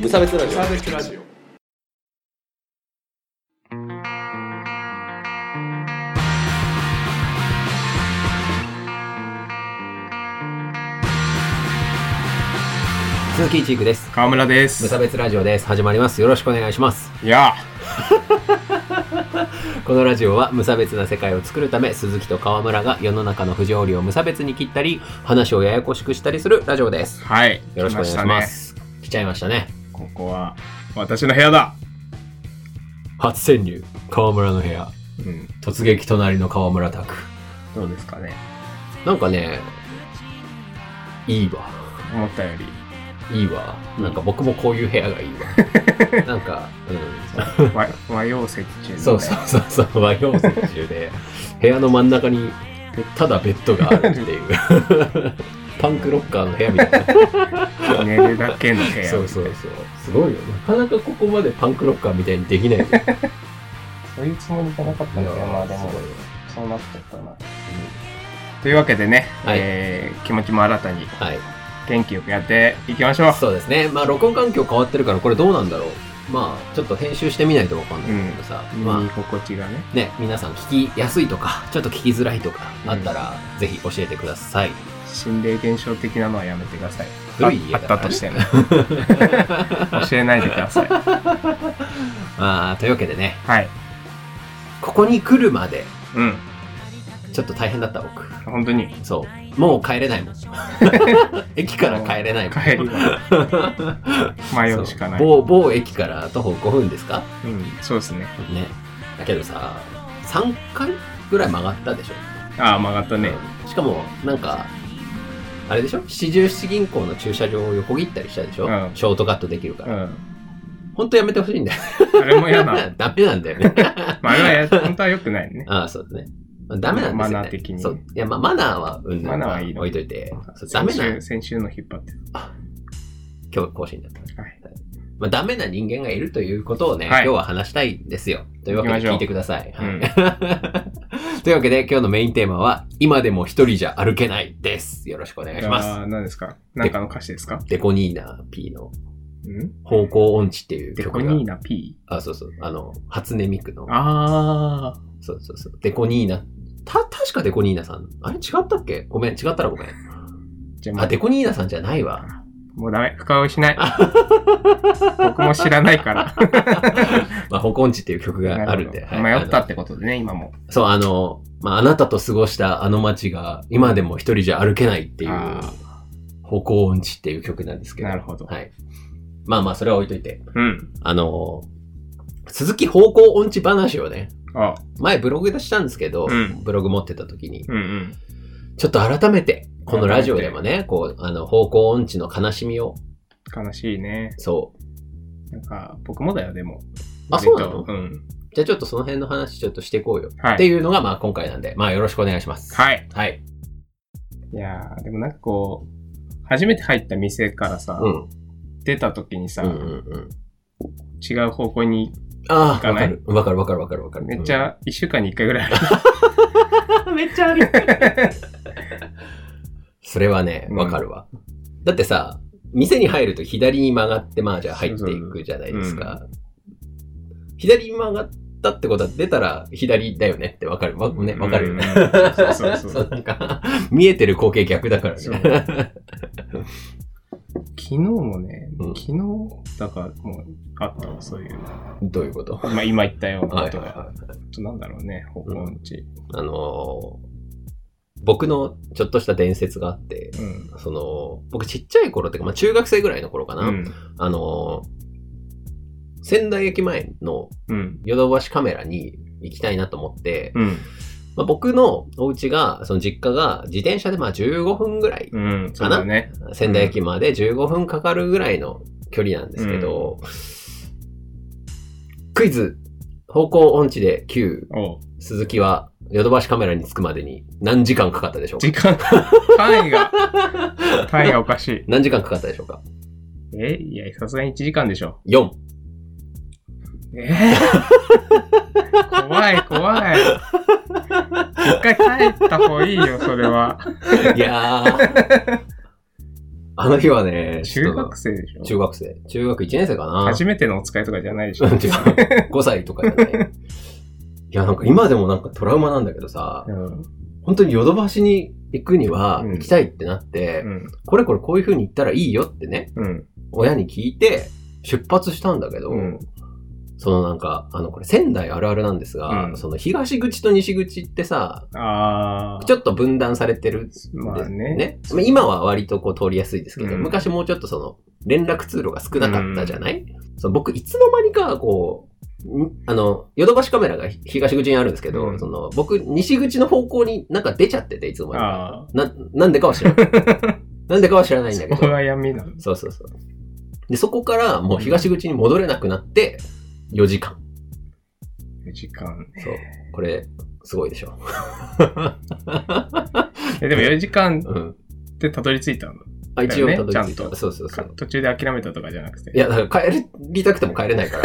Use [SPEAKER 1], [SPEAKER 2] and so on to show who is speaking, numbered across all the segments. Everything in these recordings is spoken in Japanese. [SPEAKER 1] 無差別ラジオ
[SPEAKER 2] サーベスラジオ
[SPEAKER 3] 鈴木チークです。
[SPEAKER 4] 川村です
[SPEAKER 3] 無差別ラジオです。始まります。よろしくお願いします。
[SPEAKER 4] いや
[SPEAKER 3] このラジオは無差別な世界を作るため、鈴木と河村が世の中の不条理を無差別に切ったり、話をややこしくしたりするラジオです。
[SPEAKER 4] はい
[SPEAKER 3] よろしくお願いし
[SPEAKER 4] 来
[SPEAKER 3] ま
[SPEAKER 4] し
[SPEAKER 3] す。来,、ちゃいましたね。
[SPEAKER 4] たねここは私の部屋だ
[SPEAKER 3] 初潜入、河村の部屋。
[SPEAKER 4] うん
[SPEAKER 3] 突撃隣の河村拓。
[SPEAKER 4] どうですかね
[SPEAKER 3] なんかね、いいわ。
[SPEAKER 4] 思った より
[SPEAKER 3] いいわ。なんか僕もこういう部屋がいいわ。 なんか、うん、
[SPEAKER 4] 和和洋折衷
[SPEAKER 3] そうそうそうそう和洋折衷で部屋の真ん中にただベッドがあるっていう パンクロッカーの部屋みたいな
[SPEAKER 4] う寝るだけの部屋
[SPEAKER 3] そうそうそうすごいよなかなかここまでパンクロッカーみたいにできないよね
[SPEAKER 4] そういうつもりじゃなかったんだよまあでも
[SPEAKER 3] すごいよ
[SPEAKER 4] そうなっちゃったなというわけでね、
[SPEAKER 3] はい
[SPEAKER 4] えー気持ちも新たに
[SPEAKER 3] はい
[SPEAKER 4] 元気よくやっていきましょう
[SPEAKER 3] そうですねまあ録音環境変わってるからこれどうなんだろうまあちょっと編集してみないとわかんないんだけどさ、まあ
[SPEAKER 4] 耳心地がね
[SPEAKER 3] ね、皆さん聞きやすいとかちょっと聞きづらいとかあったら、ぜひ教えてください
[SPEAKER 4] 心霊現象的なのはやめてください
[SPEAKER 3] どういう家
[SPEAKER 4] あ
[SPEAKER 3] だ
[SPEAKER 4] あ
[SPEAKER 3] から
[SPEAKER 4] ったとしても 教えないでください
[SPEAKER 3] まあというわけでね
[SPEAKER 4] はい
[SPEAKER 3] ここに来るまで
[SPEAKER 4] うん
[SPEAKER 3] ちょっと大変だった僕
[SPEAKER 4] 本当に
[SPEAKER 3] そう。もう帰れない もん。駅から帰れないもん。
[SPEAKER 4] 帰りは 迷うしかない
[SPEAKER 3] そう某某駅から徒歩5分ですか
[SPEAKER 4] うん、そうですね。
[SPEAKER 3] ね。だけどさ、3回ぐらい曲がったでしょ。
[SPEAKER 4] ああ、曲がったね。
[SPEAKER 3] うんしかも、なんか、あれでしょ七十七銀行の駐車場を横切ったりしたでしょ、
[SPEAKER 4] うん
[SPEAKER 3] ショートカットできるか
[SPEAKER 4] う
[SPEAKER 3] ら。
[SPEAKER 4] ん。
[SPEAKER 3] ほんとやめてほしいんだよ。
[SPEAKER 4] あれも嫌な。
[SPEAKER 3] ダメなんだよね。
[SPEAKER 4] まあ、あれは や、本当は良くないね。
[SPEAKER 3] ああ、そうだね。ダメなんですよ、ね。
[SPEAKER 4] マナー的に
[SPEAKER 3] そう。いや、まあ、マナーは、うん、
[SPEAKER 4] マナーはいいの
[SPEAKER 3] 置いといて。そうダメな、
[SPEAKER 4] 先週、先週の引っ張って
[SPEAKER 3] 今日更新だった。
[SPEAKER 4] た。はい。
[SPEAKER 3] まあ、ダメな人間がいるということをね、
[SPEAKER 4] はい
[SPEAKER 3] 今日は話したいんですよ。というわけ
[SPEAKER 4] 行きまし
[SPEAKER 3] で
[SPEAKER 4] ょう
[SPEAKER 3] 聞いてください。はい
[SPEAKER 4] う ん
[SPEAKER 3] というわけで今日のメインテーマは、今でも一人じゃ歩けないです。よろしくお願いします。
[SPEAKER 4] ああ、何ですかなんかの歌詞ですか
[SPEAKER 3] デコニーナ P の
[SPEAKER 4] うん
[SPEAKER 3] 方向音痴っていう
[SPEAKER 4] デコ
[SPEAKER 3] 曲
[SPEAKER 4] ニ
[SPEAKER 3] が
[SPEAKER 4] ー、ナ P。
[SPEAKER 3] あ、そうそう、あの、初音ミクの、
[SPEAKER 4] ああ。
[SPEAKER 3] そうそうそう、デコニーナ、た、確かデコニーナさん。あれ違ったっけごめん、違ったらごめん。
[SPEAKER 4] じゃあ、ま
[SPEAKER 3] あ、
[SPEAKER 4] あ、
[SPEAKER 3] デコニーナさんじゃないわ。
[SPEAKER 4] もうダメ。深追い しない。僕も知らないから。
[SPEAKER 3] まあ、方向音痴っていう曲があるんで。
[SPEAKER 4] な
[SPEAKER 3] はい
[SPEAKER 4] ほど迷っ
[SPEAKER 3] あ
[SPEAKER 4] た
[SPEAKER 3] の
[SPEAKER 4] ってことでね、今も。
[SPEAKER 3] そう、あの、まあ、あなたと過ごしたあの街が今でも一人じゃ歩けないっていう
[SPEAKER 4] あ、
[SPEAKER 3] 方向音痴っていう曲なんですけど。
[SPEAKER 4] なるほど。
[SPEAKER 3] はい。まあまあ、それは置いといて。
[SPEAKER 4] うん。
[SPEAKER 3] あの、鈴木方向音痴話をね、
[SPEAKER 4] あ
[SPEAKER 3] 前ブログでしたんですけど、
[SPEAKER 4] うん
[SPEAKER 3] ブログ持ってた時に、
[SPEAKER 4] うんうん。
[SPEAKER 3] ちょっと改めて、このラジオでもね、こう、あの、方向音痴の悲しみを、
[SPEAKER 4] 悲しいね。
[SPEAKER 3] そう。
[SPEAKER 4] なんか、僕もだよ、でも。
[SPEAKER 3] あそうなの
[SPEAKER 4] 割とうん。
[SPEAKER 3] じゃあちょっとその辺の話ちょっとしていこうよ。
[SPEAKER 4] は
[SPEAKER 3] って
[SPEAKER 4] い。
[SPEAKER 3] いうのが、まあ今回なんで、まあよろしくお願いします。
[SPEAKER 4] はい。
[SPEAKER 3] はい。
[SPEAKER 4] いやー、でもなんかこう、初めて入った店からさ、
[SPEAKER 3] うん。
[SPEAKER 4] 出た時にさ、
[SPEAKER 3] うんうんうん。
[SPEAKER 4] 違う方向に、
[SPEAKER 3] あ
[SPEAKER 4] 行
[SPEAKER 3] あ、
[SPEAKER 4] か
[SPEAKER 3] わ
[SPEAKER 4] な
[SPEAKER 3] か
[SPEAKER 4] い
[SPEAKER 3] る。わかるわかるわかるわかる。
[SPEAKER 4] めっちゃ一週間に一回ぐらいあ る。
[SPEAKER 3] めっちゃある。それはね、
[SPEAKER 4] うん
[SPEAKER 3] わかるわ。だってさ、店に入ると左に曲がって、まあじゃあ入っていくじゃないですか。左に曲がったってことは出たら左だよねってわかる。わ、 ね、わかるよね。
[SPEAKER 4] うんそうそうそ
[SPEAKER 3] そう
[SPEAKER 4] う。
[SPEAKER 3] なんか、見えてる光景逆だから
[SPEAKER 4] そう
[SPEAKER 3] ね。
[SPEAKER 4] 昨日もね、
[SPEAKER 3] うん
[SPEAKER 4] 昨日だからもうあったわ、そういう。
[SPEAKER 3] どういうこと
[SPEAKER 4] まあ今言ったような
[SPEAKER 3] は
[SPEAKER 4] こ
[SPEAKER 3] い
[SPEAKER 4] と
[SPEAKER 3] はい
[SPEAKER 4] が。
[SPEAKER 3] はい。
[SPEAKER 4] ちょっとなんだろうね、方向音痴。
[SPEAKER 3] あのー僕のちょっとした伝説があって、
[SPEAKER 4] うん。
[SPEAKER 3] その、僕ちっちゃい頃っていうか、まあ中学生ぐらいの頃かな。
[SPEAKER 4] うん。
[SPEAKER 3] あのー仙台駅前の
[SPEAKER 4] うん。
[SPEAKER 3] ヨドバシカメラに行きたいなと思って、
[SPEAKER 4] うん。
[SPEAKER 3] まあ、僕のお家が、その実家が自転車でまあ15分ぐらい、
[SPEAKER 4] うん。そうだね。
[SPEAKER 3] 仙台駅まで15分かかるぐらいの距離なんですけど、クイズ、方向音痴で9、
[SPEAKER 4] おう
[SPEAKER 3] 鈴木はヨドバシカメラに着くまでに何時間かかったでしょう
[SPEAKER 4] 時
[SPEAKER 3] か
[SPEAKER 4] 間、単位が、単位がおかしい。
[SPEAKER 3] 何時間かかったでしょうか
[SPEAKER 4] えいや、さすがに1時間でしょ。
[SPEAKER 3] ?4。
[SPEAKER 4] えー怖い怖い。一回帰った方がいいよ、それは。
[SPEAKER 3] いやー。あの日はね、
[SPEAKER 4] 中
[SPEAKER 3] ちょっ
[SPEAKER 4] 学生でしょ
[SPEAKER 3] と中学生。中学1年生かな。
[SPEAKER 4] 初めてのお使いとかじゃないでしょ
[SPEAKER 3] なんていうの 5歳とかじゃない。いや、なんか今でもなんかトラウマなんだけどさ、
[SPEAKER 4] うん。
[SPEAKER 3] 本当にヨドバシに行くには
[SPEAKER 4] うん
[SPEAKER 3] 行きたいってなって、
[SPEAKER 4] うん。
[SPEAKER 3] これこれこういう風に行ったらいいよってね、
[SPEAKER 4] うん。
[SPEAKER 3] 親に聞いて出発したんだけど、
[SPEAKER 4] うん
[SPEAKER 3] そのなんか、あの、これ仙台あるあるなんですが、
[SPEAKER 4] うん
[SPEAKER 3] その東口と西口ってさ、
[SPEAKER 4] ああ。
[SPEAKER 3] ちょっと分断されてるんです
[SPEAKER 4] まあね。
[SPEAKER 3] ね。まあ今は割とこう通りやすいですけど、
[SPEAKER 4] うん
[SPEAKER 3] 昔もうちょっとその連絡通路が少なかったじゃない、その僕いつの間にかこう、んあの、ヨドバシカメラが東口にあるんですけど、
[SPEAKER 4] うん
[SPEAKER 3] その僕西口の方向になんか出ちゃってて、いつの間にか。
[SPEAKER 4] あ
[SPEAKER 3] な、なんでかは知 らない。なんでかは知らな
[SPEAKER 4] あ。
[SPEAKER 3] いんだ
[SPEAKER 4] そ
[SPEAKER 3] けど
[SPEAKER 4] こ。が闇なの。
[SPEAKER 3] そうそうそう。で、そこからもう東口に戻れなくなって、4時間。
[SPEAKER 4] 時間。
[SPEAKER 3] そう。これ、すごいで しょ。
[SPEAKER 4] え、でも4時間
[SPEAKER 3] うん。
[SPEAKER 4] ってたどり着いたの
[SPEAKER 3] あ、一応
[SPEAKER 4] だ
[SPEAKER 3] た
[SPEAKER 4] よ
[SPEAKER 3] ど
[SPEAKER 4] ね
[SPEAKER 3] り着い
[SPEAKER 4] ちゃん
[SPEAKER 3] た。
[SPEAKER 4] と
[SPEAKER 3] そうそうそ
[SPEAKER 4] か
[SPEAKER 3] う。
[SPEAKER 4] 途中で諦めたとかじゃなくて。
[SPEAKER 3] いや、だから帰りたくても帰れないか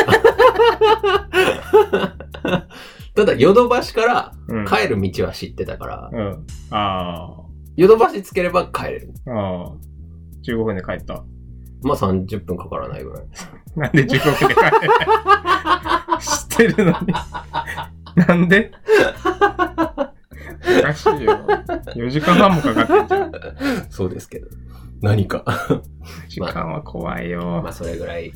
[SPEAKER 3] ら。ただ、ヨドバシから
[SPEAKER 4] うん、
[SPEAKER 3] 帰る道は知ってたから、
[SPEAKER 4] うん。あ
[SPEAKER 3] ヨドバシつければ帰れる。
[SPEAKER 4] あ。ああ。15分で帰った。
[SPEAKER 3] まあ30分かからないぐらい。
[SPEAKER 4] なんで15分で帰る知ってるのに。なんでおかしいよ。4時間半もかかってんじゃん。
[SPEAKER 3] そうですけど。何か。
[SPEAKER 4] 時間は怖いよ。
[SPEAKER 3] まあそれぐらい。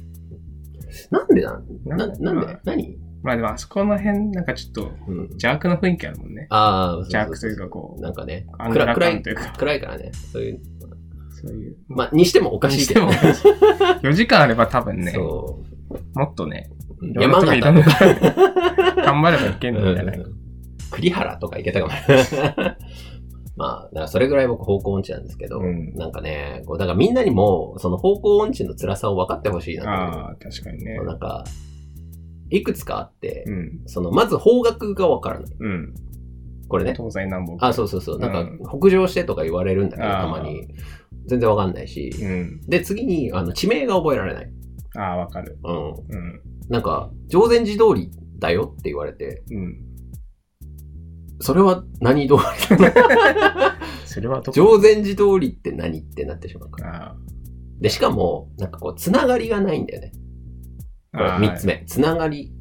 [SPEAKER 3] なんでなんななん
[SPEAKER 4] まあ
[SPEAKER 3] で何
[SPEAKER 4] まあでもあそこの辺、なんかちょっと
[SPEAKER 3] うん。
[SPEAKER 4] 邪悪な雰囲気あるもんね。
[SPEAKER 3] ああ、
[SPEAKER 4] 邪悪という
[SPEAKER 3] か。
[SPEAKER 4] かこう、
[SPEAKER 3] なんかね、
[SPEAKER 4] アングラ
[SPEAKER 3] 暗
[SPEAKER 4] 感
[SPEAKER 3] い
[SPEAKER 4] というか、
[SPEAKER 3] 暗いからね。そういう。
[SPEAKER 4] そういう。
[SPEAKER 3] まあ、にしてもお
[SPEAKER 4] あ
[SPEAKER 3] かしいけど。
[SPEAKER 4] 4時間あれば多分ね、
[SPEAKER 3] そ
[SPEAKER 4] もっとね、
[SPEAKER 3] う。
[SPEAKER 4] いろんな
[SPEAKER 3] 山
[SPEAKER 4] とこ
[SPEAKER 3] 形
[SPEAKER 4] いろんな 頑張ればいけんのじゃないか。
[SPEAKER 3] うん栗原とか行けたかも しれない。まあ、だからそれぐらい僕方向音痴なんですけど、
[SPEAKER 4] うん
[SPEAKER 3] なんかね、こう、だからみんなにも、その方向音痴の辛さを分かってほしいな
[SPEAKER 4] ああ、確かに
[SPEAKER 3] と
[SPEAKER 4] ね
[SPEAKER 3] 思う。。なんか、いくつかあって、
[SPEAKER 4] うん。
[SPEAKER 3] その、まず方角が分からない。
[SPEAKER 4] うん。
[SPEAKER 3] これね。
[SPEAKER 4] 東西南北。
[SPEAKER 3] あ、そうそうそう。なん
[SPEAKER 4] う
[SPEAKER 3] か、北上してとか言われるんだけど、
[SPEAKER 4] あー
[SPEAKER 3] たまに。全然分かんないし。
[SPEAKER 4] うん。
[SPEAKER 3] で、次に、あの、地名が覚えられない。
[SPEAKER 4] ああ、わかる。
[SPEAKER 3] うん。
[SPEAKER 4] うん。
[SPEAKER 3] なんか、常禅寺通りだよって言われて、
[SPEAKER 4] うん。
[SPEAKER 3] それは何通り
[SPEAKER 4] それはどこ
[SPEAKER 3] 常禅寺通りって何ってなってしまうから。
[SPEAKER 4] あ
[SPEAKER 3] で、しかも、なんかこう、つながりがないんだよね。これ
[SPEAKER 4] あ
[SPEAKER 3] 三つ
[SPEAKER 4] 目。
[SPEAKER 3] 目。つながり。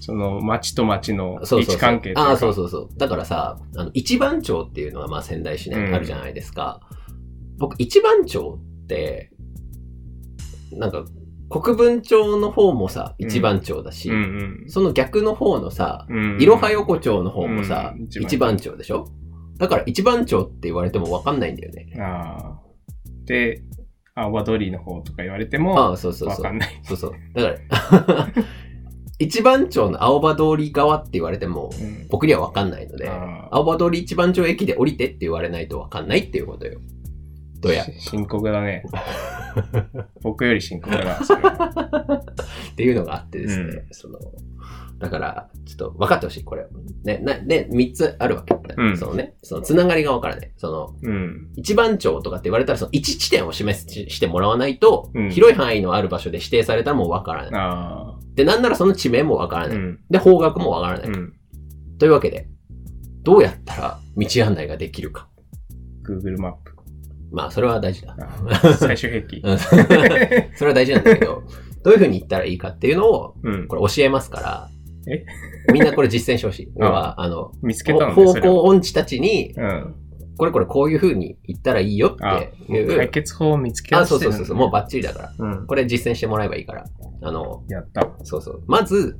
[SPEAKER 4] その、町と町の
[SPEAKER 3] そ
[SPEAKER 4] 位
[SPEAKER 3] うそうそう。
[SPEAKER 4] 置関係とい
[SPEAKER 3] あ
[SPEAKER 4] か
[SPEAKER 3] あ、そうそうそう。だからさ、あの、一番町っていうのはまあ仙台市内にあるじゃないですか。僕、一番町って、なんか、国分町の方もさ、
[SPEAKER 4] うん
[SPEAKER 3] 一番町だし、
[SPEAKER 4] うん
[SPEAKER 3] その逆の方のさ、
[SPEAKER 4] うん。
[SPEAKER 3] いろは横丁の方もさ、
[SPEAKER 4] うん
[SPEAKER 3] 一番町でしょだから一番町って言われてもわかんないんだよね。
[SPEAKER 4] ああ。で、あ、和鳥の方とか言われても、
[SPEAKER 3] ああ、そうそう
[SPEAKER 4] わ
[SPEAKER 3] そ
[SPEAKER 4] か
[SPEAKER 3] う。
[SPEAKER 4] んない。
[SPEAKER 3] そうそう。だから、 一番町の青葉通り側って言われても、
[SPEAKER 4] うん
[SPEAKER 3] 僕にはわかんないので、
[SPEAKER 4] ああ
[SPEAKER 3] 青葉通り一番町駅で降りてって言われないとわかんないっていうことよ。どうや。
[SPEAKER 4] し深刻だ ね。僕より深刻だな、それは。
[SPEAKER 3] っていうのがあってですね、
[SPEAKER 4] う
[SPEAKER 3] その、だから、ちょっと分かってほしい、これ。ね、な、で、3つあるわけ。
[SPEAKER 4] うん
[SPEAKER 3] そのね、そのつながりがわからない。その、
[SPEAKER 4] うん。
[SPEAKER 3] 一番町とかって言われたら、その一地点を示ししてもらわないと、
[SPEAKER 4] うん
[SPEAKER 3] 広い範囲のある場所で指定されたらもうわからない。
[SPEAKER 4] あ
[SPEAKER 3] で、なんならその地名もわから
[SPEAKER 4] あ。
[SPEAKER 3] な
[SPEAKER 4] う
[SPEAKER 3] い。
[SPEAKER 4] ん。
[SPEAKER 3] で、方角もわからない。
[SPEAKER 4] うん。
[SPEAKER 3] というわけで、どうやったら道案内ができるか。
[SPEAKER 4] Google マップ。
[SPEAKER 3] まあ、それは大事だ。
[SPEAKER 4] あ ー最終兵器。
[SPEAKER 3] うんそれは大事なんだけど、どういうふうに言ったらいいかっていうのを、
[SPEAKER 4] うん。
[SPEAKER 3] これ教えますから、
[SPEAKER 4] え
[SPEAKER 3] みんなこれ実践してほ しい。要は、あの、
[SPEAKER 4] 見つけたので
[SPEAKER 3] 方
[SPEAKER 4] それは
[SPEAKER 3] 向音痴たちに、
[SPEAKER 4] うん。
[SPEAKER 3] これこれこういうふうに言ったらいいよ
[SPEAKER 4] あ
[SPEAKER 3] っ、て
[SPEAKER 4] も
[SPEAKER 3] いうう
[SPEAKER 4] 解。決法を見つけ
[SPEAKER 3] あ、
[SPEAKER 4] 出し
[SPEAKER 3] そう
[SPEAKER 4] て
[SPEAKER 3] そ
[SPEAKER 4] る
[SPEAKER 3] うそうそう、もう
[SPEAKER 4] バ
[SPEAKER 3] バッチリだから。
[SPEAKER 4] うん。
[SPEAKER 3] これ実践してもらえばいいから。あの、
[SPEAKER 4] やった。
[SPEAKER 3] そうそう。まず、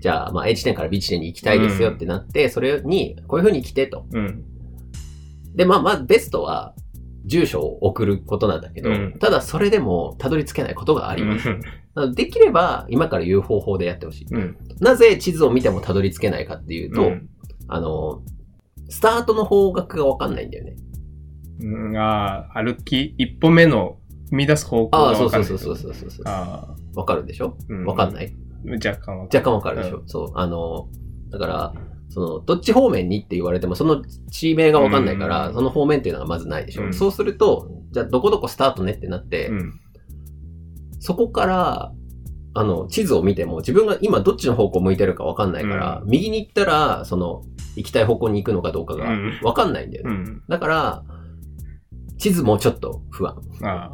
[SPEAKER 3] じゃあ、まあ、A 地点から B 地点に行きたいですよってなって、それに、こういうふうに来てと。
[SPEAKER 4] うん。
[SPEAKER 3] で、まあ、まあ、ベストは、住所を送ることなんだけど、
[SPEAKER 4] うん
[SPEAKER 3] ただそれでも、たどり着けないことがあ
[SPEAKER 4] あ
[SPEAKER 3] ります。な のでできれば、今から言う方法でやってほしい。
[SPEAKER 4] うん。
[SPEAKER 3] なぜ地図を見てもたどり着けないかっていうと、
[SPEAKER 4] うん
[SPEAKER 3] あの、スタートの方角がわかんないんだよね。
[SPEAKER 4] うん。ああ、歩き一歩目の踏み出す方向が
[SPEAKER 3] ああ、そう
[SPEAKER 4] わか
[SPEAKER 3] そ
[SPEAKER 4] ん
[SPEAKER 3] う
[SPEAKER 4] ない
[SPEAKER 3] そうそうそうそうそう。
[SPEAKER 4] あ
[SPEAKER 3] わかるでしょ
[SPEAKER 4] あ。
[SPEAKER 3] わかん
[SPEAKER 4] い。
[SPEAKER 3] ない
[SPEAKER 4] 若干わかる。
[SPEAKER 3] 若干わかるでしょ、そう。あの、だから、その、どっち方面にって言われても、その地名がわかんないから、
[SPEAKER 4] うん
[SPEAKER 3] その方面っていうのがまずないでしょ、
[SPEAKER 4] うん
[SPEAKER 3] そうすると、じゃあどこどこスタートねってなって、
[SPEAKER 4] うん。
[SPEAKER 3] そこから、あの、地図を見ても、自分が今どっちの方向向いてるかわかんないから、
[SPEAKER 4] う
[SPEAKER 3] 右に行ったら、その、行きたい方向に行くのかどうかが
[SPEAKER 4] うん
[SPEAKER 3] わかんないんだよね。
[SPEAKER 4] うん。
[SPEAKER 3] だから、地図もうちょっと不安。
[SPEAKER 4] あ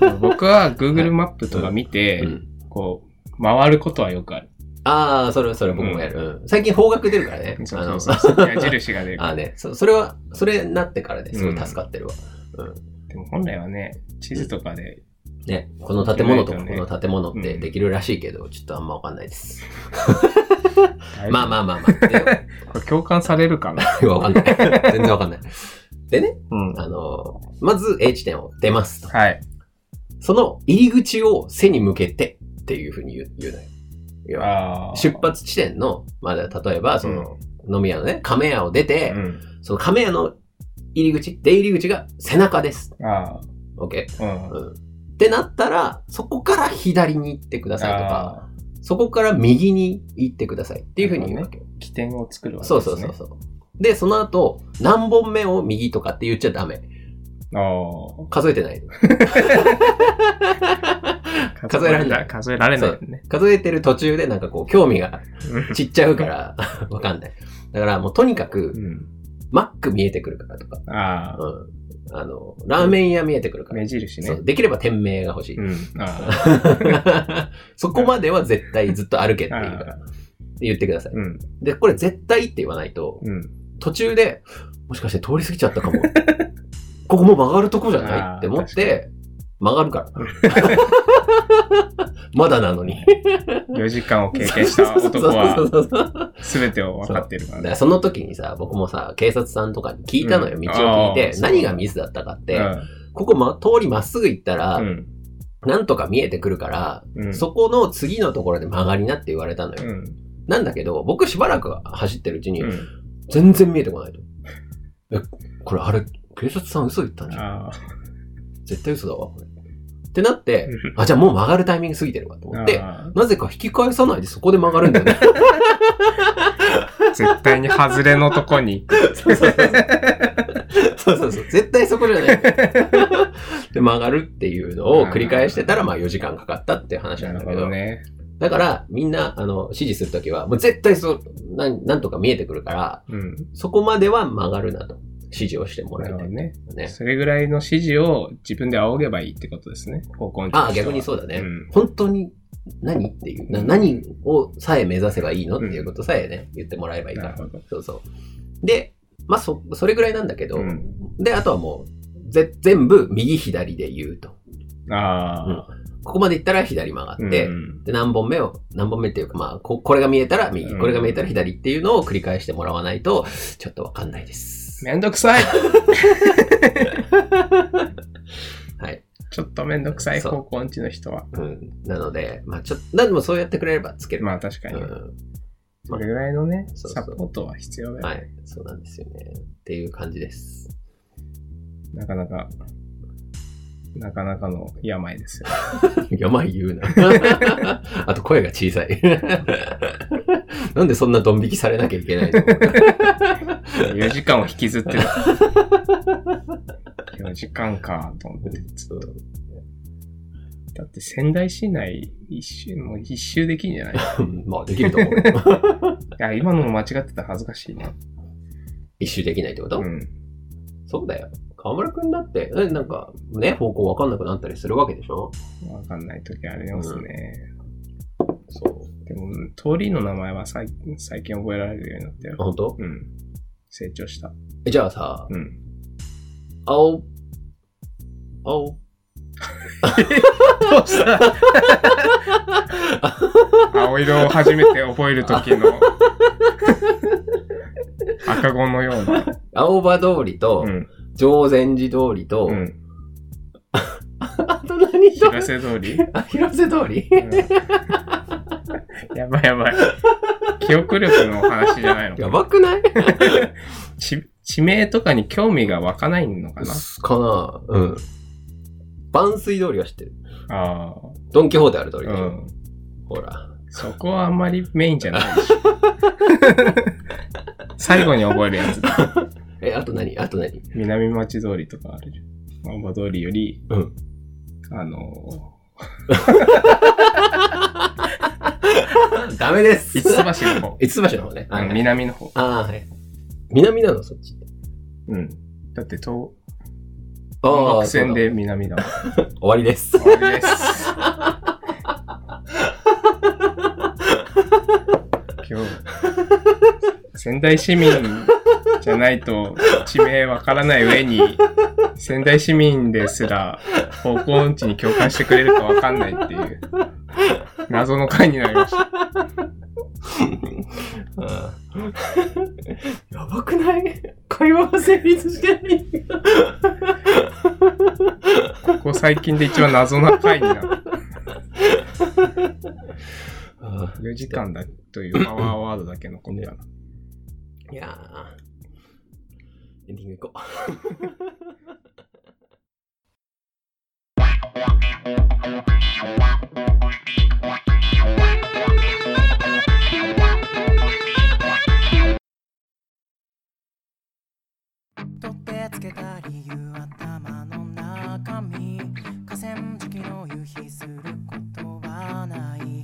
[SPEAKER 4] あ僕は Google マップとか見て、
[SPEAKER 3] うん、
[SPEAKER 4] こう、回ることはよくある。
[SPEAKER 3] ああ、それそれ僕もやる。うん最近方角出るからね。
[SPEAKER 4] そ
[SPEAKER 3] あの
[SPEAKER 4] うそうそう。矢印が出る。
[SPEAKER 3] あーねそ、それは、それになってからね、すごい助かってるわ。
[SPEAKER 4] でも本来はね、地図とかで、
[SPEAKER 3] ね、この建物と
[SPEAKER 4] 意
[SPEAKER 3] か
[SPEAKER 4] 外
[SPEAKER 3] こと
[SPEAKER 4] ね
[SPEAKER 3] の建物って
[SPEAKER 4] うん
[SPEAKER 3] できるらしいけど、ちょっとあんまわかんないです。
[SPEAKER 4] だいぶ
[SPEAKER 3] まあまあまあまあ。で
[SPEAKER 4] これ共感されるかな。
[SPEAKER 3] わ かんない。全然わかんない。でね、
[SPEAKER 4] うん
[SPEAKER 3] あのーまず A 地点を出ますと。
[SPEAKER 4] はい。
[SPEAKER 3] その入り口を背に向けてっていうふうに言う言うのよ要は。
[SPEAKER 4] あー
[SPEAKER 3] 出発地点の、まだ例えば、その、飲み屋のね、亀屋を出て、
[SPEAKER 4] うん。
[SPEAKER 3] その亀屋の入り口、出入り口が背中です。
[SPEAKER 4] あ
[SPEAKER 3] OK。
[SPEAKER 4] あ、うん。
[SPEAKER 3] うん。ってなったら、そこから左に行ってくださいとか、
[SPEAKER 4] あ
[SPEAKER 3] そこから右に行ってくださいっていうふうに言うわけよ。
[SPEAKER 4] ー起点を作るわけ
[SPEAKER 3] そ
[SPEAKER 4] で
[SPEAKER 3] う
[SPEAKER 4] す
[SPEAKER 3] そ
[SPEAKER 4] ね。
[SPEAKER 3] うそうそう。で、その後、何本目を右とかって言っちゃダメ。
[SPEAKER 4] あ
[SPEAKER 3] 数えて ない。
[SPEAKER 4] あ
[SPEAKER 3] 数えられない
[SPEAKER 4] 数えられないね。
[SPEAKER 3] 数えてる途中でなんかこう、興味が
[SPEAKER 4] うん
[SPEAKER 3] ちっちゃうから、わかんない。だからもうとにかく、
[SPEAKER 4] うん。
[SPEAKER 3] マック見えてくるからとか、
[SPEAKER 4] ああ、
[SPEAKER 3] うん。あの、ラーメン屋見えてくるから。
[SPEAKER 4] 目印
[SPEAKER 3] そ
[SPEAKER 4] ね
[SPEAKER 3] う。できれば店名が欲しい。
[SPEAKER 4] うん。ああ、
[SPEAKER 3] そこまでは絶対ずっと歩けって
[SPEAKER 4] あ
[SPEAKER 3] いうか
[SPEAKER 4] あ、
[SPEAKER 3] 言ってください。
[SPEAKER 4] うん。
[SPEAKER 3] で、これ絶対って言わないと、
[SPEAKER 4] うん。
[SPEAKER 3] 途中で、もしかして通り過ぎちゃったか も。ここもう曲がるとこじゃ
[SPEAKER 4] あ
[SPEAKER 3] ない
[SPEAKER 4] ー
[SPEAKER 3] って思って、曲がるから。まだなのに。
[SPEAKER 4] 4時間を経験した 男
[SPEAKER 3] そう
[SPEAKER 4] は
[SPEAKER 3] そうそうそう
[SPEAKER 4] 全てを分かってるか
[SPEAKER 3] だ
[SPEAKER 4] らね
[SPEAKER 3] からその時にさ、僕もさ、警察さんとかに聞いたのよ、
[SPEAKER 4] うん
[SPEAKER 3] 道を聞い
[SPEAKER 4] あー
[SPEAKER 3] て、
[SPEAKER 4] そう
[SPEAKER 3] 何がミスだったかって、ここ、ま、通りまっすぐ行ったら、
[SPEAKER 4] うん
[SPEAKER 3] なんとか見えてくるから、
[SPEAKER 4] うん。
[SPEAKER 3] そこの次のところで曲がりなって言われたの
[SPEAKER 4] う
[SPEAKER 3] よ。
[SPEAKER 4] ん。
[SPEAKER 3] なんだけど、僕しばらく走ってるうちに、
[SPEAKER 4] うん。
[SPEAKER 3] 全然見えてこないと。え、これあれ、警察さん嘘言ったんじゃん。
[SPEAKER 4] あ
[SPEAKER 3] 絶対嘘だわ、これ。ってなって、
[SPEAKER 4] うん
[SPEAKER 3] あ、じゃあもう曲がるタイミング過ぎてるわと思
[SPEAKER 4] あ。
[SPEAKER 3] って、
[SPEAKER 4] あ
[SPEAKER 3] なぜか引き返さないでそこで曲がるんだよね。
[SPEAKER 4] あ絶対に外れのとこに行く。
[SPEAKER 3] そうそうそうそうそうそう。絶対そこじゃない。で、曲がるっていうのを繰り返してたら、まあ4時間かかったっていう話な
[SPEAKER 4] なん
[SPEAKER 3] だ
[SPEAKER 4] る
[SPEAKER 3] け
[SPEAKER 4] ほ
[SPEAKER 3] ど
[SPEAKER 4] ど。ね。
[SPEAKER 3] だから、みんな、あの、指示するときは、もう絶対そう、なん、なんとか見えてくるから、
[SPEAKER 4] うん。
[SPEAKER 3] そこまでは曲がるなと、指示をしてもら
[SPEAKER 4] ないる
[SPEAKER 3] た
[SPEAKER 4] ほ
[SPEAKER 3] い
[SPEAKER 4] どね。
[SPEAKER 3] ね。
[SPEAKER 4] それぐらいの指示を自分で仰げばいいってことですね。高校の時
[SPEAKER 3] ああ、逆にそうだね。
[SPEAKER 4] うん
[SPEAKER 3] 本当に何っていうな、
[SPEAKER 4] うん
[SPEAKER 3] 何をさえ目指せばいいのっていうことさえね、言ってもらえばいいか
[SPEAKER 4] なる
[SPEAKER 3] ら。
[SPEAKER 4] ほど。
[SPEAKER 3] そうそう。で、まあそ、それぐらいなんだけど、
[SPEAKER 4] うん
[SPEAKER 3] で、あとはもう、ぜ全部右左で言うと。
[SPEAKER 4] あ
[SPEAKER 3] ここまで行ったら左曲
[SPEAKER 4] あ。
[SPEAKER 3] がって、
[SPEAKER 4] うん
[SPEAKER 3] で、何本目を、何本目っていうか、まあ、ここれが見えたら右、
[SPEAKER 4] うん
[SPEAKER 3] これが見えたら左っていうのを繰り返してもらわないと、ちょっとわかんないです。
[SPEAKER 4] めんどくさい
[SPEAKER 3] はい。
[SPEAKER 4] ちょっとめんどくさい、
[SPEAKER 3] そう
[SPEAKER 4] 高校んちの人は。
[SPEAKER 3] うん。なので、まあ、ちょっと、何でもそうやってくれればつける。
[SPEAKER 4] まあ確かに。
[SPEAKER 3] うん
[SPEAKER 4] それぐらいのね、
[SPEAKER 3] そうそ
[SPEAKER 4] サ
[SPEAKER 3] う
[SPEAKER 4] ポートは必要だよ。
[SPEAKER 3] はい、そうなんですよね。っていう感じです。
[SPEAKER 4] なかなか、なかなかの病ですよ。
[SPEAKER 3] 病言うな。 あと声が小さい。 なんでそんなドン引きされなきゃいけないの
[SPEAKER 4] 4時間を引きずっ てる。4時間か、と思って。だって仙台市内一周、もう一周できんじゃない
[SPEAKER 3] うんまあできると思う。
[SPEAKER 4] いや、今のも間違ってたら恥ずかしいね。
[SPEAKER 3] 一周できないってこと、
[SPEAKER 4] うん。
[SPEAKER 3] そうだよ。河村くんだって、えなんかね、方向わかんなくなったりするわけでしょ
[SPEAKER 4] わかんない時ありますね。
[SPEAKER 3] そう。
[SPEAKER 4] でも、通りの名前は最近最近覚えられるようになったよ
[SPEAKER 3] あ。本当
[SPEAKER 4] うん。成長した。
[SPEAKER 3] えじゃあさ、
[SPEAKER 4] うん。
[SPEAKER 3] 青、青、
[SPEAKER 4] どうした 青色を初めて覚える時の赤子のような。
[SPEAKER 3] 青葉通りと、
[SPEAKER 4] うん。
[SPEAKER 3] 定禅寺通りと、
[SPEAKER 4] うん。
[SPEAKER 3] あと何通り
[SPEAKER 4] 広瀬通り、
[SPEAKER 3] あ広瀬通り
[SPEAKER 4] うん、やばいやばい。記憶力の話じゃない
[SPEAKER 3] や
[SPEAKER 4] のかな。
[SPEAKER 3] ばくない
[SPEAKER 4] ち地名とかに興味が湧かないのかな
[SPEAKER 3] かなうん。万水通りは知ってる。
[SPEAKER 4] ああ。
[SPEAKER 3] ドン・キホーテある通り
[SPEAKER 4] う
[SPEAKER 3] でしょ、
[SPEAKER 4] ん。
[SPEAKER 3] ほら。
[SPEAKER 4] そこはあんまりメインじゃない でしょ。最後に覚えるやつだ。
[SPEAKER 3] え、あと何あと何
[SPEAKER 4] 南町通りとかあるじゃん。青葉通りより、
[SPEAKER 3] うん
[SPEAKER 4] あの
[SPEAKER 3] ダメです
[SPEAKER 4] ー、五つ橋の方、
[SPEAKER 3] 五つ橋の方ね。
[SPEAKER 4] あ
[SPEAKER 3] はい
[SPEAKER 4] の南の方。
[SPEAKER 3] ああ、はい。南なの、そっち。うん。
[SPEAKER 4] だって東、
[SPEAKER 3] あー
[SPEAKER 4] 東北線
[SPEAKER 3] そう
[SPEAKER 4] で南だも
[SPEAKER 3] だ
[SPEAKER 4] ん。
[SPEAKER 3] 終わりです。
[SPEAKER 4] 終わりです。今日、仙台市民じゃないと地名わからない上に、仙台市民ですら方向音痴に共感してくれるかわかんないっていう、謎の回になりました。
[SPEAKER 3] うんやばくない会話が成立してない。
[SPEAKER 4] ここ最近で一番謎な回になった。
[SPEAKER 3] あ
[SPEAKER 4] 4時間だというパワーワードだけ残ったな。
[SPEAKER 3] ーいやーエンディング行こう。
[SPEAKER 1] 取ってつけた理由頭の中身河川敷の夕日することはない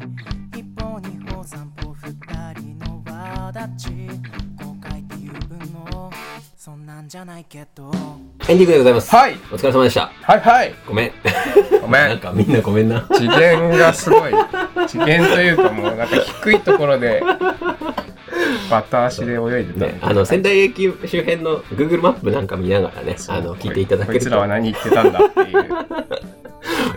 [SPEAKER 1] 一歩二歩三歩二人の輪立ち後悔っていうのそんなんじゃないけど
[SPEAKER 3] エンディングでございます。
[SPEAKER 4] はい
[SPEAKER 3] お疲れ様でした。
[SPEAKER 4] はいはい
[SPEAKER 3] ごめん。
[SPEAKER 4] ご
[SPEAKER 3] なんかみんなごめんな。
[SPEAKER 4] 次元がすごい次元というかもうなんか低いところでバタ足で泳いでた
[SPEAKER 3] ね、あの仙台駅周辺の Google マップなんか見ながらね、あの聞いていただけ
[SPEAKER 4] こい
[SPEAKER 3] る
[SPEAKER 4] つらは
[SPEAKER 3] と
[SPEAKER 4] 何言ってたんだっていう、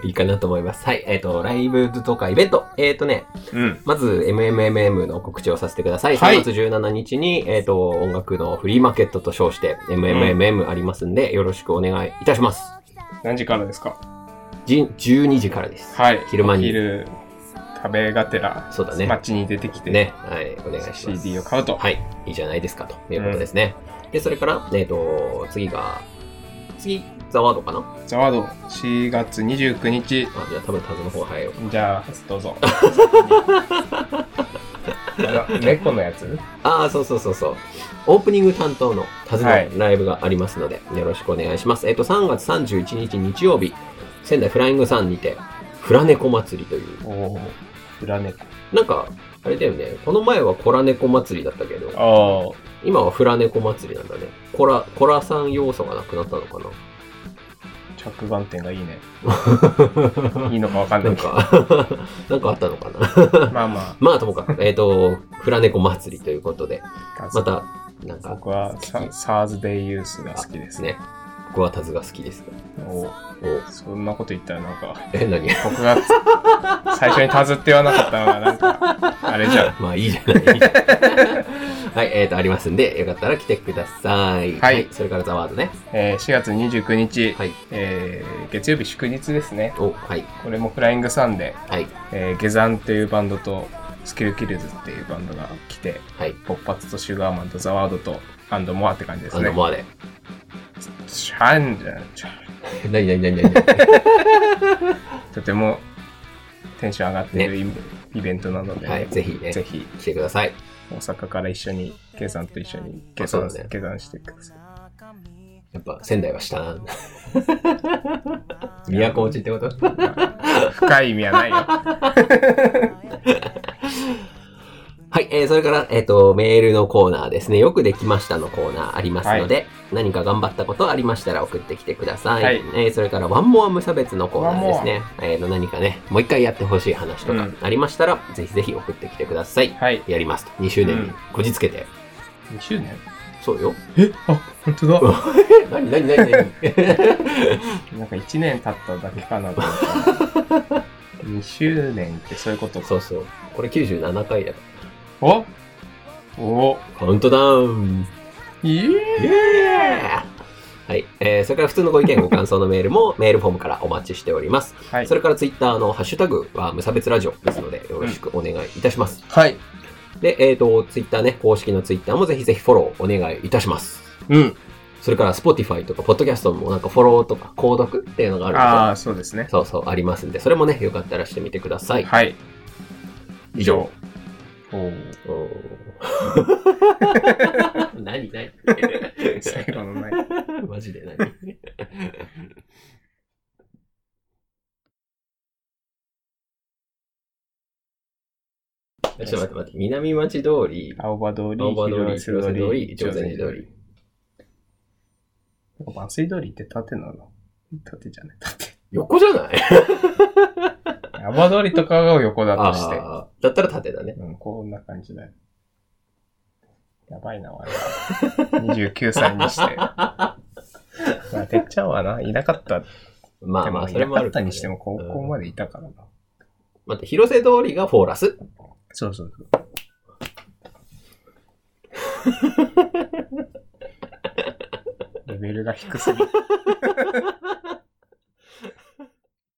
[SPEAKER 3] いいかなと思います。はい、えっ、と、ライブとかイベント、えっ、とね、
[SPEAKER 4] うん、
[SPEAKER 3] まず MMMM の告知をさせてください。
[SPEAKER 4] はい
[SPEAKER 3] 3月17日に、えっ、と、音楽のフリーマーケットと称して、MMMM ありますんで、よろしくお願いいたします。
[SPEAKER 4] 何時からですか
[SPEAKER 3] じ12時からです。
[SPEAKER 4] はい
[SPEAKER 3] 昼間に
[SPEAKER 4] 昼食べがてら
[SPEAKER 3] そうだね
[SPEAKER 4] 街に出てきて、
[SPEAKER 3] ね、はい、お願いします。
[SPEAKER 4] CD を買うと
[SPEAKER 3] はい、いいじゃないですか、ということですね。で、それから、えっ、と、次が、次、ザワードかな
[SPEAKER 4] ザワード4月29日
[SPEAKER 3] あ、じゃあ多分タズの方入ろう。
[SPEAKER 4] じゃあどうぞあの猫のやつ
[SPEAKER 3] ああ、そうそうそうそう。オープニング担当のタズの
[SPEAKER 4] はい
[SPEAKER 3] ライブがありますので、よろしくお願いします。えっと、3月31日日曜日、仙台フライングさんにて、フラネコ祭りという。
[SPEAKER 4] おお裏猫
[SPEAKER 3] なんか、あれだよね。この前はコラネコ祭りだったけど、
[SPEAKER 4] あ
[SPEAKER 3] 今はフラネコ祭りなんだね。コラ、コラさん要素がなくなったのか
[SPEAKER 4] あ着眼点がいいね
[SPEAKER 3] な
[SPEAKER 4] いいのかわかん
[SPEAKER 3] な
[SPEAKER 4] な
[SPEAKER 3] いん
[SPEAKER 4] けど
[SPEAKER 3] か、なんかあったのかな
[SPEAKER 4] まあま
[SPEAKER 3] まあ、ともかく、えっと、フラネコ祭りということで、
[SPEAKER 4] あ、
[SPEAKER 3] また、なんか、
[SPEAKER 4] 僕はササーズデイユースが好きですね。
[SPEAKER 3] ね。僕はタズが好きです。
[SPEAKER 4] お
[SPEAKER 3] お
[SPEAKER 4] そんなこと言ったらなんか、
[SPEAKER 3] え、何
[SPEAKER 4] 僕が最初にタズって言わなかったのがなんか、あれ じゃん。
[SPEAKER 3] まあいいじゃ ない。はい、えっ、と、ありますんで、よかったら来てください。
[SPEAKER 4] はい
[SPEAKER 3] それからザワードね。
[SPEAKER 4] えー4月29日、
[SPEAKER 3] はい。
[SPEAKER 4] えー月曜日祝日ですね。
[SPEAKER 3] お、はい。
[SPEAKER 4] これもフライングサンデー、
[SPEAKER 3] はい。
[SPEAKER 4] えー下山というバンドと、スキルキルズっていうバンドが来て、
[SPEAKER 3] はい。
[SPEAKER 4] ポッパツとシュガーマンとザワードと、アンドモアって感じで
[SPEAKER 3] あ
[SPEAKER 4] す
[SPEAKER 3] の、
[SPEAKER 4] ね。
[SPEAKER 3] モアで。
[SPEAKER 4] シャンじゃん。シャン
[SPEAKER 3] なになになに なに
[SPEAKER 4] とてもテンション上がってるイ,、ベントなので、
[SPEAKER 3] はい。ぜひね、
[SPEAKER 4] ぜひ
[SPEAKER 3] 来てください。
[SPEAKER 4] 大阪から一緒に、計算と一緒に計
[SPEAKER 3] あ
[SPEAKER 4] 算、
[SPEAKER 3] そうだね
[SPEAKER 4] 計算してください。
[SPEAKER 3] やっぱ、仙台は下 なんだ。都落ちってこと
[SPEAKER 4] 深い意味はないよ。
[SPEAKER 3] はい、えー、それから、えっ、と、メールのコーナーですね。よくできましたのコーナーありますので、何か頑張ったことありましたら送ってきてください。
[SPEAKER 4] はい
[SPEAKER 3] えーそれから、ワンモア無差別のコーナーですね。えーと、何かね、もう一回やってほしい話と
[SPEAKER 4] う
[SPEAKER 3] か
[SPEAKER 4] ん
[SPEAKER 3] ありましたら、ぜひぜひ送ってきてください。
[SPEAKER 4] はい。
[SPEAKER 3] やりますと。2周年
[SPEAKER 4] う
[SPEAKER 3] に
[SPEAKER 4] ん
[SPEAKER 3] こじつけて。
[SPEAKER 4] 2周年
[SPEAKER 3] そうよ。
[SPEAKER 4] えあ、本当だ。
[SPEAKER 3] え、何何何 何
[SPEAKER 4] なんか1年経っただけかなと思った。2周年ってそういうことか。
[SPEAKER 3] そうそう。これ97回だか
[SPEAKER 4] おお
[SPEAKER 3] ら。カウントダウン。
[SPEAKER 4] いえ
[SPEAKER 3] イエーイはい、えーそれから普通のご意見ご感想のメールもメールフォームからお待ちしております。
[SPEAKER 4] はい
[SPEAKER 3] そ。れからツイッターのハッシュタグは無差別ラジオですので、よろしくお願いいたします。
[SPEAKER 4] はい。
[SPEAKER 3] で、えっ、と、ツイッターね、公式のツイッターもぜひぜひフォローお願いいたします。
[SPEAKER 4] うん。
[SPEAKER 3] それから、Spotify とか、Podcast もなんかフォローとか、購読っていうのがある
[SPEAKER 4] あ
[SPEAKER 3] の
[SPEAKER 4] あ、そうですね
[SPEAKER 3] で、。そうそう、ありますんで、それもね、よかったらしてみてください。
[SPEAKER 4] はい。
[SPEAKER 3] 以上。。
[SPEAKER 4] お ー
[SPEAKER 3] おー 何何
[SPEAKER 4] 最後のない。
[SPEAKER 3] マジで 何ちょっと待って待って、南町通り、
[SPEAKER 4] 青葉通り、
[SPEAKER 3] 青葉通り、
[SPEAKER 4] 広瀬
[SPEAKER 3] 広瀬通り、
[SPEAKER 4] 上
[SPEAKER 3] 朝鮮寺通り。
[SPEAKER 4] 松井通りって縦なの縦じゃない縦。
[SPEAKER 3] 横じゃない
[SPEAKER 4] ヤバ通りとかが横だとして。
[SPEAKER 3] あーだったら縦だね。
[SPEAKER 4] うん、こんな感じだよ。やばいな、俺は。29歳 にして。まあ、てっちゃんはな、いなかった。
[SPEAKER 3] ま
[SPEAKER 4] で
[SPEAKER 3] あま
[SPEAKER 4] も、
[SPEAKER 3] あ、
[SPEAKER 4] い
[SPEAKER 3] それ
[SPEAKER 4] な
[SPEAKER 3] もあ
[SPEAKER 4] かっ
[SPEAKER 3] る
[SPEAKER 4] た
[SPEAKER 3] けどね、
[SPEAKER 4] にしても高校までいたからな。
[SPEAKER 3] 待って、広瀬通りがフォーラス。
[SPEAKER 4] そうそう そう。レベルが低すぎる。